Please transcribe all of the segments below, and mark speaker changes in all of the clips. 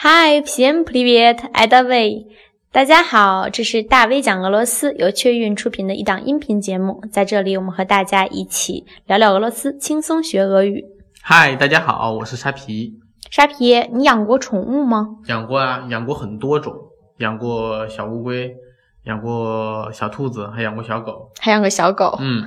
Speaker 1: Вітаю всем, привет, я Давей。大家好，这是大 V 讲俄罗斯由雀韵出品的一档音频节目，在这里我们和大家一起聊聊俄罗斯，轻松学俄语。
Speaker 2: 嗨，大家好，我是沙皮。
Speaker 1: 沙皮耶，你养过宠物吗？
Speaker 2: 养过啊，养过很多种，养过小乌龟，养过小兔子，还养过小狗。
Speaker 1: 还养个小狗。
Speaker 2: 嗯，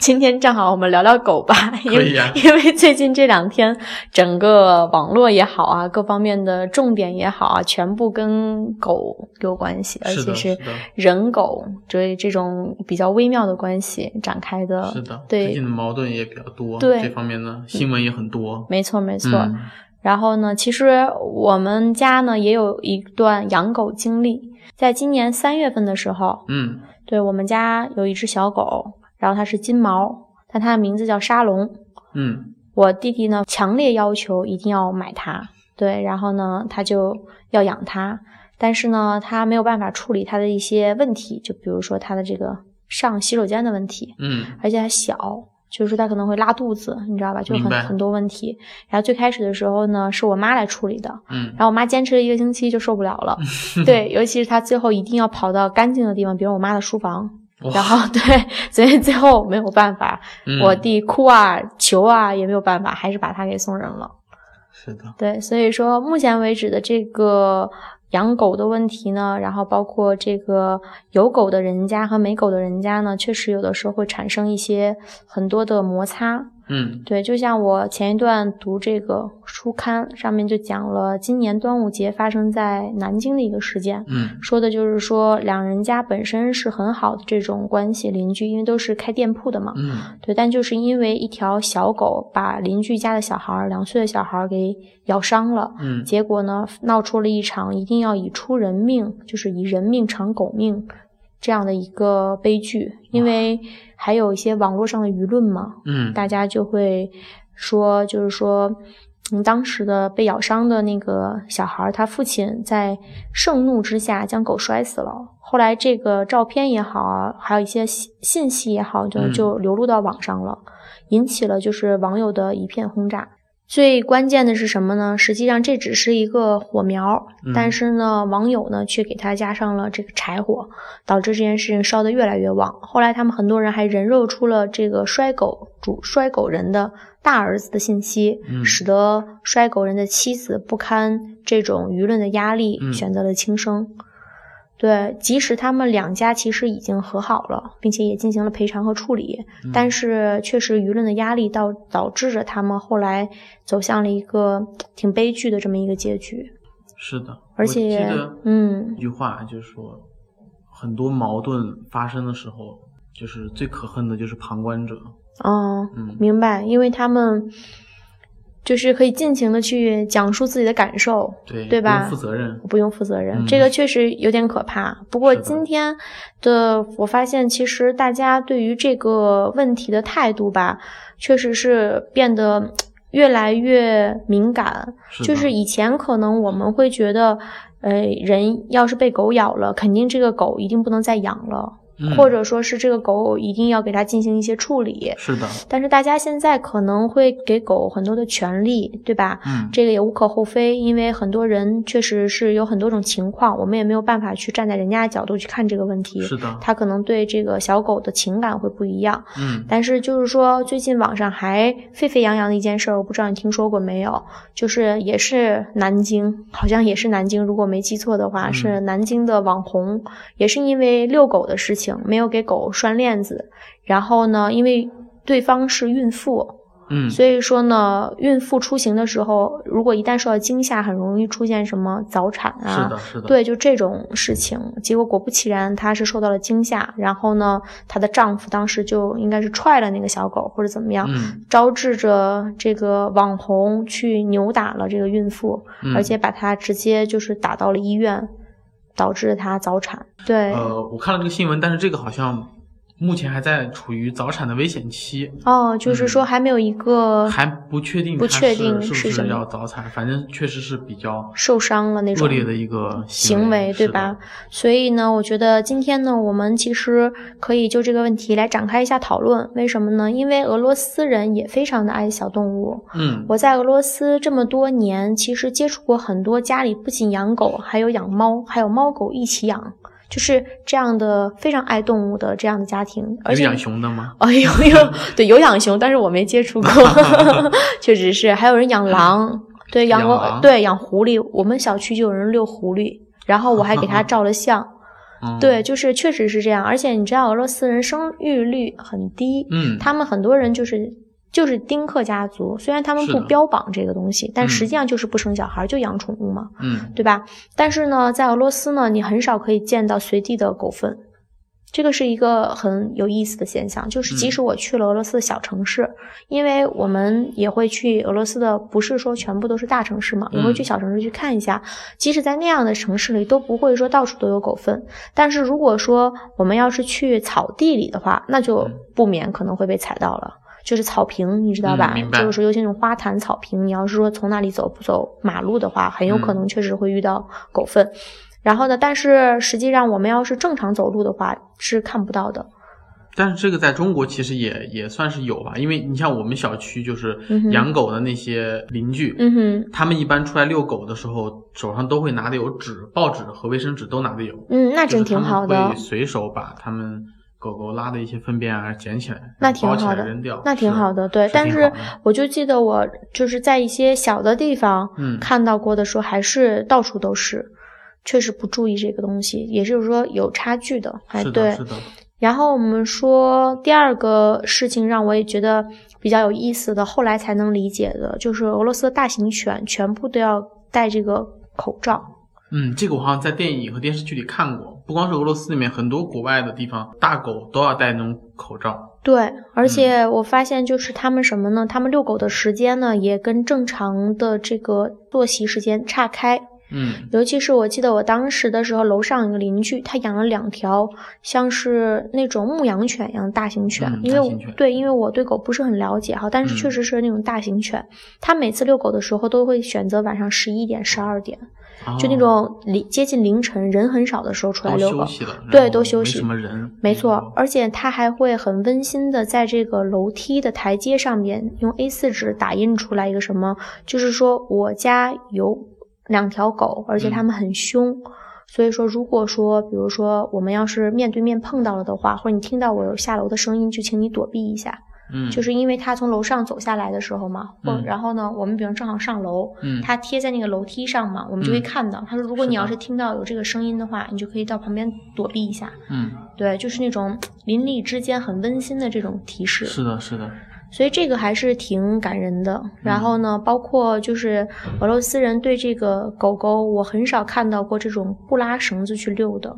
Speaker 1: 今天正好我们聊聊狗吧，因
Speaker 2: 可
Speaker 1: 为、
Speaker 2: 以啊呀
Speaker 1: 因为最近这两天，整个网络也好啊，各方面的重点也好啊，全部跟狗有关系，而
Speaker 2: 是
Speaker 1: 且
Speaker 2: 的，是
Speaker 1: 是
Speaker 2: 的，
Speaker 1: 人狗这这种比较微妙的关系展开的。
Speaker 2: 是的。
Speaker 1: 呃对
Speaker 2: 最近的矛盾也比较多，
Speaker 1: 对
Speaker 2: 这方面呢，新闻也很多。
Speaker 1: 没错，没错。
Speaker 2: 嗯，
Speaker 1: 然后呢，其实我们家呢也有一段养狗经历，在今年三月份的时候，
Speaker 2: 嗯，
Speaker 1: 对我们家有一只小狗，然后它是金毛，但它的名字叫沙龙。
Speaker 2: 嗯，
Speaker 1: 我弟弟呢强烈要求一定要买它，对，然后呢他就要养它，但是呢他没有办法处理它的一些问题，就比如说它的这个上洗手间的问题，
Speaker 2: 嗯，
Speaker 1: 而且还小，就是说它可能会拉肚子，你知道吧？就很
Speaker 2: 明白
Speaker 1: 很多问题。然后最开始的时候呢是我妈来处理的，
Speaker 2: 嗯，
Speaker 1: 然后我妈坚持了一个星期就受不了 了，对，尤其是她最后一定要跑到干净的地方，比如我妈的书房。
Speaker 2: 哇
Speaker 1: 然后对，所以最后没有办法，
Speaker 2: 嗯
Speaker 1: 我弟哭啊、求啊也没有办法，还是把他给送人了。
Speaker 2: 是的，
Speaker 1: 对，所以说目前为止的这个养狗的问题呢，然后包括这个有狗的人家和没狗的人家呢，确实有的时候会产生一些很多的摩擦。
Speaker 2: 嗯，
Speaker 1: 对，就像我前一段读这个书刊上面就讲了今年端午节发生在南京的一个事件。
Speaker 2: 嗯，
Speaker 1: 说的就是说，两人家本身是很好的这种关系，邻居因为都是开店铺的嘛，
Speaker 2: 嗯，
Speaker 1: 对，但就是因为一条小狗把邻居家的小孩儿，两岁的小孩儿给咬伤了，
Speaker 2: 嗯，
Speaker 1: 结果呢，闹出了一场一定要以出人命，就是以人命偿狗命这样的一个悲剧。因为还有一些网络上的舆论嘛，
Speaker 2: 嗯，
Speaker 1: 大家就会说，就是说，嗯，当时的被咬伤的那个小孩儿，他父亲在盛怒之下将狗摔死了。后来这个照片也好啊，还有一些信信息也好，就
Speaker 2: 嗯
Speaker 1: 就流入到网上了，引起了就是网友的一片轰炸。最关键的是什么呢？实际上这只是一个火苗，
Speaker 2: 嗯
Speaker 1: 但是呢，网友呢却给它加上了这个柴火，导致这件事情烧得越来越旺。后来他们很多人还人肉出了这个摔狗主摔狗人的大儿子的信息，
Speaker 2: 嗯
Speaker 1: 使得摔狗人的妻子不堪这种舆论的压力，
Speaker 2: 嗯
Speaker 1: 选择了轻生。对，即使他们两家其实已经和好了，并且也进行了赔偿和处理，
Speaker 2: 嗯
Speaker 1: 但是确实舆论的压力导导致着他们后来走向了一个挺悲剧的这么一个结局。
Speaker 2: 是的，
Speaker 1: 而
Speaker 2: 我记
Speaker 1: 且
Speaker 2: 得，
Speaker 1: 嗯
Speaker 2: 一句话就是说，很多矛盾发生的时候，就是最可恨的就是旁观者。
Speaker 1: 哦，
Speaker 2: 嗯，
Speaker 1: 明白，因为他们就是可以尽情的去讲述自己的感受，
Speaker 2: 对，
Speaker 1: 对吧
Speaker 2: 不用负责任。
Speaker 1: 不用负责任，
Speaker 2: 嗯
Speaker 1: 这个确实有点可怕。不过
Speaker 2: 是的
Speaker 1: 今天的我发现，其实大家对于这个问题的态度吧，确实是变得嗯越来越敏感。
Speaker 2: 是的
Speaker 1: 就是以前可能我们会觉得，呃，人要是被狗咬了，肯定这个狗一定不能再养了，
Speaker 2: 嗯
Speaker 1: 或者说是这个狗一定要给它进行一些处理。
Speaker 2: 是的，
Speaker 1: 但是大家现在可能会给狗很多的权利，对吧？
Speaker 2: 嗯，
Speaker 1: 这个也无可厚非，因为很多人确实是有很多种情况，我们也没有办法去站在人家的角度去看这个问题。
Speaker 2: 是的，
Speaker 1: 他可能对这个小狗的情感会不一样，
Speaker 2: 嗯
Speaker 1: 但是就是说，最近网上还沸沸扬扬的一件事儿，我不知道你听说过没有？就是也是南京，好像也是南京，如果没记错的话，
Speaker 2: 嗯
Speaker 1: 是南京的网红，也是因为遛狗的事情没有给狗拴链子，然后呢，因为对方是孕妇，
Speaker 2: 嗯，
Speaker 1: 所以说呢，孕妇出行的时候，如果一旦受到惊吓，很容易出现什么早产
Speaker 2: 是
Speaker 1: 啊，
Speaker 2: 的，是的，，
Speaker 1: 对，就这种事情。结果果不其然，她是受到了惊吓，然后呢，她的丈夫当时就应该是踹了那个小狗或者怎么样，
Speaker 2: 嗯，
Speaker 1: 招致着这个网红去扭打了这个孕妇，
Speaker 2: 嗯
Speaker 1: 而且把她直接就是打到了医院，导致她早产。对，
Speaker 2: 哦呃，我看了这个新闻，但是这个好像目前还在处于早产的危险期，
Speaker 1: 哦，就是说还没有一个
Speaker 2: 嗯还不确定
Speaker 1: 嗯不
Speaker 2: 它
Speaker 1: 确
Speaker 2: 是
Speaker 1: 定
Speaker 2: 是
Speaker 1: 是
Speaker 2: 不
Speaker 1: 什
Speaker 2: 是
Speaker 1: 么
Speaker 2: 要早产，反正确实是比较
Speaker 1: 受伤了那种
Speaker 2: 恶劣的一个
Speaker 1: 行为，对
Speaker 2: 是的
Speaker 1: 吧？所以呢，我觉得今天呢，我们其实可以就这个问题来展开一下讨论。为什么呢？因为俄罗斯人也非常的爱小动物。
Speaker 2: 嗯，
Speaker 1: 我在俄罗斯这么多年，其实接触过很多家里不仅养狗，还有养猫，还有猫狗一起养，就是这样的非常爱动物的这样的家庭。而
Speaker 2: 有
Speaker 1: 且
Speaker 2: 养熊的吗？
Speaker 1: 哎呦呦，对，有养熊，但是我没接触 过， 确实是。还有人养狼，对，养
Speaker 2: 养
Speaker 1: 过，
Speaker 2: 狼
Speaker 1: 对，养狐狸。我们小区就有人遛狐狸，然后我还给他照了相。
Speaker 2: 嗯，
Speaker 1: 对，，就是确实是这样。而且你知道，俄罗斯人生育率很低，
Speaker 2: 嗯，
Speaker 1: 他们很多人就是就是丁克家族，虽然他们
Speaker 2: 是
Speaker 1: 不
Speaker 2: 的
Speaker 1: 标榜这个东西，但
Speaker 2: 嗯
Speaker 1: 实际上就是不生小孩，就养宠物嘛，
Speaker 2: 嗯，
Speaker 1: 对吧？但是呢，在俄罗斯呢，你很少可以见到随地的狗粪。这个是一个很有意思的现象，就是即
Speaker 2: 嗯
Speaker 1: 使我去了俄罗斯的小城市，因为我们也会去俄罗斯的，不是说全部都是大城市嘛，也会去
Speaker 2: 嗯
Speaker 1: 小城市去看一下。即使在那样的城市里，都不会说到处都有狗粪。但是如果说我们要是去草地里的话，那就
Speaker 2: 嗯
Speaker 1: 不免可能会被踩到了。就是草坪，你知道
Speaker 2: 嗯
Speaker 1: 吧？
Speaker 2: 明白
Speaker 1: 就是说，尤其那种花坛草坪，你要是说从那里走不走马路的话，很有可
Speaker 2: 嗯
Speaker 1: 能确实会遇到狗粪。然后呢，但是实际上我们要是正常走路的话，是看不到的。
Speaker 2: 但是这个在中国其实也也算是有吧，因为你像我们小区就是
Speaker 1: 嗯哼
Speaker 2: 养狗的那些邻居，
Speaker 1: 嗯哼，
Speaker 2: 他们一般出来遛狗的时候，手上都会拿的有纸、报纸和卫生纸都拿的有，
Speaker 1: 嗯，那真
Speaker 2: 就是他
Speaker 1: 挺
Speaker 2: 们
Speaker 1: 好的
Speaker 2: 会，随手把他们狗狗拉的一些粪便啊捡起来，
Speaker 1: 那
Speaker 2: 然后
Speaker 1: 挺
Speaker 2: 包起
Speaker 1: 好
Speaker 2: 来
Speaker 1: 的
Speaker 2: 扔掉，
Speaker 1: 那挺
Speaker 2: 是
Speaker 1: 好的。对，
Speaker 2: 是
Speaker 1: 但
Speaker 2: 挺
Speaker 1: 是
Speaker 2: 好的
Speaker 1: 我就记得我就是在一些小的地方
Speaker 2: 嗯
Speaker 1: 看到过的时候，还是到处都是，确实不注意这个东西，也就是说有差距的，还
Speaker 2: 是
Speaker 1: 哎对
Speaker 2: 的，是。的，
Speaker 1: 然后我们说第二个事情让我也觉得比较有意思的，后来才能理解的，就是俄罗斯的大型犬全部都要戴这个口罩。
Speaker 2: 嗯，这个我好像在电影和电视剧里看过，不光是俄罗斯里面，很多国外的地方，大狗都要戴那种口罩。
Speaker 1: 对，而且我发现就是他们什么呢？他们遛狗的时间呢，也跟正常的这个作息时间岔开。
Speaker 2: 嗯，
Speaker 1: 尤其是我记得我当时的时候，楼上有个邻居，他养了两条像是那种牧羊犬一样的大型犬，
Speaker 2: 嗯
Speaker 1: 因为
Speaker 2: 大
Speaker 1: 我
Speaker 2: 型犬
Speaker 1: 对，因为我对狗不是很了解哈，但是确
Speaker 2: 嗯
Speaker 1: 实是那种大型犬。它每次遛狗的时候都会选择晚上十一点、十二点，就那
Speaker 2: 哦
Speaker 1: 种凌接近凌晨人很少的时候出来
Speaker 2: 都
Speaker 1: 遛狗
Speaker 2: 休。息了，
Speaker 1: 对
Speaker 2: 然后
Speaker 1: 都休息
Speaker 2: 没什么人，
Speaker 1: 没
Speaker 2: 然
Speaker 1: 错
Speaker 2: 后，
Speaker 1: 而且它还会很温馨的在这个楼梯的台阶上面用 A4 纸打印出来一个什么，就是说我家有两条狗，而
Speaker 2: 嗯
Speaker 1: 且它们很凶。所以说，如果说，比如说，我们要是面对面碰到了的话，或者你听到我有下楼的声音，就请你躲避一下，
Speaker 2: 嗯，
Speaker 1: 就是因为它从楼上走下来的时候嘛，或、
Speaker 2: 嗯
Speaker 1: 然后呢，我们比如正好上楼，
Speaker 2: 嗯，
Speaker 1: 它贴在那个楼梯上嘛，我们就会
Speaker 2: 嗯
Speaker 1: 看到。他说，如果
Speaker 2: 是
Speaker 1: 你要
Speaker 2: 的
Speaker 1: 是听到有这个声音的话，你就可以到旁边躲避一下。
Speaker 2: 嗯，
Speaker 1: 对，就是那种邻里之间很温馨的这种提示，
Speaker 2: 是的，是的，
Speaker 1: 所以这个还是挺感人的。然后
Speaker 2: 嗯
Speaker 1: 呢，包括就是俄罗斯人对这个狗狗，我很少看到过这种不拉绳子去遛的，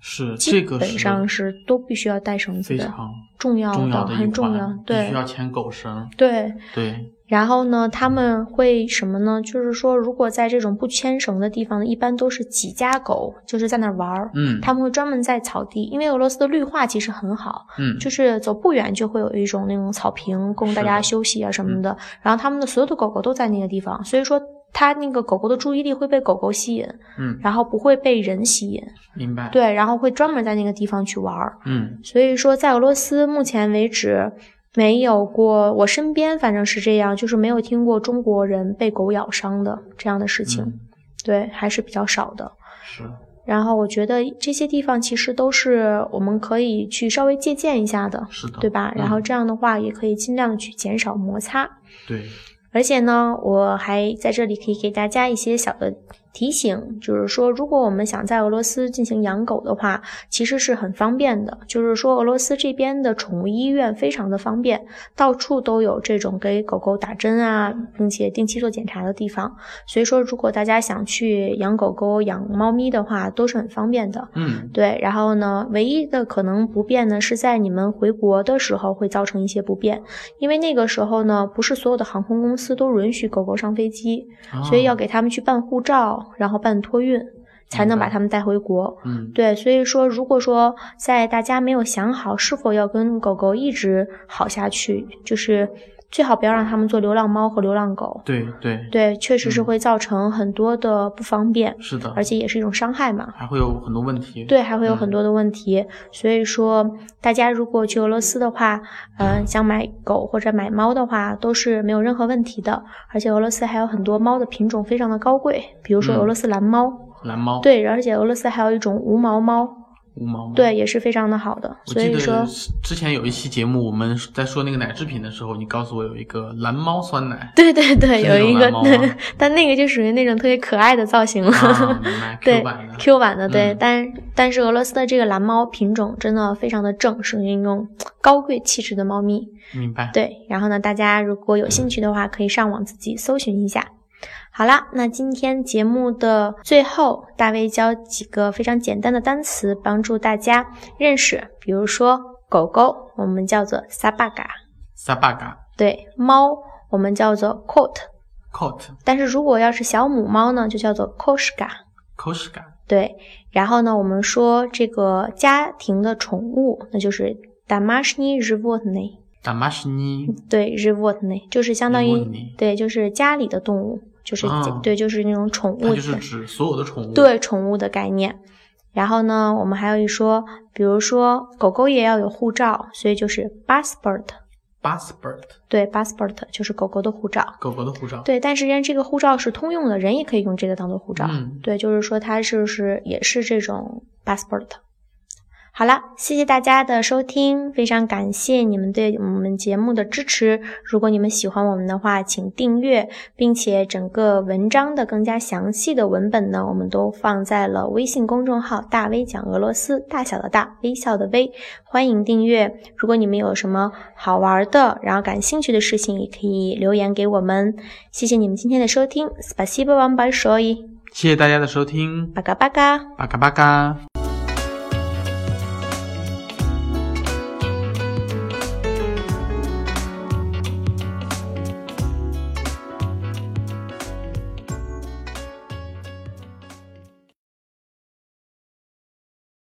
Speaker 2: 是
Speaker 1: 基
Speaker 2: 这个
Speaker 1: 本上
Speaker 2: 是
Speaker 1: 是都必须要带绳子
Speaker 2: 非
Speaker 1: 的，
Speaker 2: 常
Speaker 1: 重要
Speaker 2: 重要的一
Speaker 1: 哦很重
Speaker 2: 环
Speaker 1: 要，
Speaker 2: 必
Speaker 1: 对
Speaker 2: 须要牵狗绳，
Speaker 1: 对。
Speaker 2: 对，
Speaker 1: 然后呢，他们会什么呢？就是说，如果在这种不牵绳的地方呢，一般都是几家狗，就是在那儿玩儿。
Speaker 2: 嗯，
Speaker 1: 他们会专门在草地，因为俄罗斯的绿化其实很好，
Speaker 2: 嗯
Speaker 1: 就是走不远就会有一种那种草坪供大
Speaker 2: 是
Speaker 1: 家
Speaker 2: 的嗯
Speaker 1: 休息啊什么的。然后他们的所有的狗狗都在那个地方，所以说它那个狗狗的注意力会被狗狗吸引，
Speaker 2: 嗯，
Speaker 1: 然后不会被人吸引。
Speaker 2: 明白，，
Speaker 1: 对，然后会专门在那个地方去玩儿。
Speaker 2: 嗯
Speaker 1: 所以说，在俄罗斯目前为止。没有过，我身边反正是这样，就是没有听过中国人被狗咬伤的这样的事情，
Speaker 2: 嗯，
Speaker 1: 对，还是比较少的。
Speaker 2: 是，
Speaker 1: 然后我觉得这些地方其实都是我们可以去稍微借鉴一下的，
Speaker 2: 是的，
Speaker 1: 对吧？
Speaker 2: 嗯
Speaker 1: 然后这样的话也可以尽量的去减少摩擦。
Speaker 2: 对，
Speaker 1: 而且呢，我还在这里可以给大家一些小的提醒，就是说，如果我们想在俄罗斯进行养狗的话，其实是很方便的。就是说，俄罗斯这边的宠物医院非常的方便，到处都有这种给狗狗打针啊，并且定期做检查的地方。所以说，如果大家想去养狗狗、养猫咪的话，都是很方便的。
Speaker 2: 嗯，
Speaker 1: 对，然后呢，唯一的可能不便呢，是在你们回国的时候会造成一些不便，因为那个时候呢，不是所有的航空公司都允许狗狗上飞机，所以要
Speaker 2: 啊
Speaker 1: 给他们去办护照，然后办托运。才能把它们带回国。
Speaker 2: 嗯
Speaker 1: 对，所以说，如果说在大家没有想好是否要跟狗狗一直好下去，就是最好不要让它们做流浪猫和流浪狗。
Speaker 2: 对对，
Speaker 1: 对，确实是
Speaker 2: 嗯
Speaker 1: 会造成很多的不方便，
Speaker 2: 是的，
Speaker 1: 而且也是一种伤害嘛。
Speaker 2: 还会有很多问题。
Speaker 1: 对，还会有很
Speaker 2: 嗯
Speaker 1: 多的问题。所以说，大家如果去俄罗斯的话，嗯、想买狗或者买猫的话，都是没有任何问题的。而且俄罗斯还有很多猫的品种非常的高贵，比如说
Speaker 2: 嗯
Speaker 1: 俄罗斯蓝猫，
Speaker 2: 蓝猫，，
Speaker 1: 对，而且俄罗斯还有一种无毛猫，
Speaker 2: 无毛猫。
Speaker 1: 对，也是非常的好的。
Speaker 2: 我
Speaker 1: 所
Speaker 2: 记
Speaker 1: 以说。
Speaker 2: 得，之前有一期节目，我们在说那个奶制品的时候，你告诉我有一个蓝猫酸奶
Speaker 1: 对对对，
Speaker 2: 是
Speaker 1: 有
Speaker 2: 那
Speaker 1: 一
Speaker 2: 种
Speaker 1: 个
Speaker 2: 蓝猫吗，
Speaker 1: 但那个就属于那种特别可爱的造型了。
Speaker 2: 啊，明白
Speaker 1: 对
Speaker 2: Q 版的。
Speaker 1: Q 版的对，
Speaker 2: 嗯
Speaker 1: 但但是俄罗斯的这个蓝猫品种真的非常的正，属于那种高贵气质的猫咪。
Speaker 2: 明白。
Speaker 1: 对，然后呢，大家如果有兴趣的话，可以上网自己搜寻一下。好啦，那今天节目的最后，大卫教几个非常简单的单词，帮助大家认识。比如说狗狗，我们叫做 sabaga，
Speaker 2: 萨巴嘎
Speaker 1: 对，猫我们叫做 coat，
Speaker 2: ，cot
Speaker 1: 但是如果要是小母猫呢，就叫做 koshka。
Speaker 2: koshka，
Speaker 1: 对，然后呢，我们说这个家庭的宠物，那就是 домашние животные。
Speaker 2: 达玛什尼，
Speaker 1: 对 r e v o t n y 就是相当于
Speaker 2: Животные
Speaker 1: 对，就是家里的动物，就是、
Speaker 2: 啊
Speaker 1: 对，就是那种宠
Speaker 2: 它
Speaker 1: 物
Speaker 2: 就
Speaker 1: 的，
Speaker 2: 是指所有的宠物。，
Speaker 1: 对宠物的概念。然后呢，我们还有一说，比如说狗狗也要有护照，所以就是 passport，
Speaker 2: passport，
Speaker 1: 对 passport 就是狗狗的护照。
Speaker 2: 狗狗的护照。
Speaker 1: 对，但是人这个护照是通用的，人也可以用这个当做护照。
Speaker 2: 嗯，
Speaker 1: 对，就是说它就是也是这种 passport。好了，谢谢大家的收听，非常感谢你们对我们节目的支持。如果你们喜欢我们的话，请订阅，并且整个文章的更加详细的文本呢，我们都放在了微信公众号“大 V 讲俄罗斯”，大小的大，微笑的微，欢迎订阅。如果你们有什么好玩的，然后感兴趣的事情，也可以留言给我们。谢谢你们今天的收听，Спасибо вам большое。
Speaker 2: 谢谢大家的收听，
Speaker 1: 巴嘎巴嘎。
Speaker 2: 巴嘎巴嘎。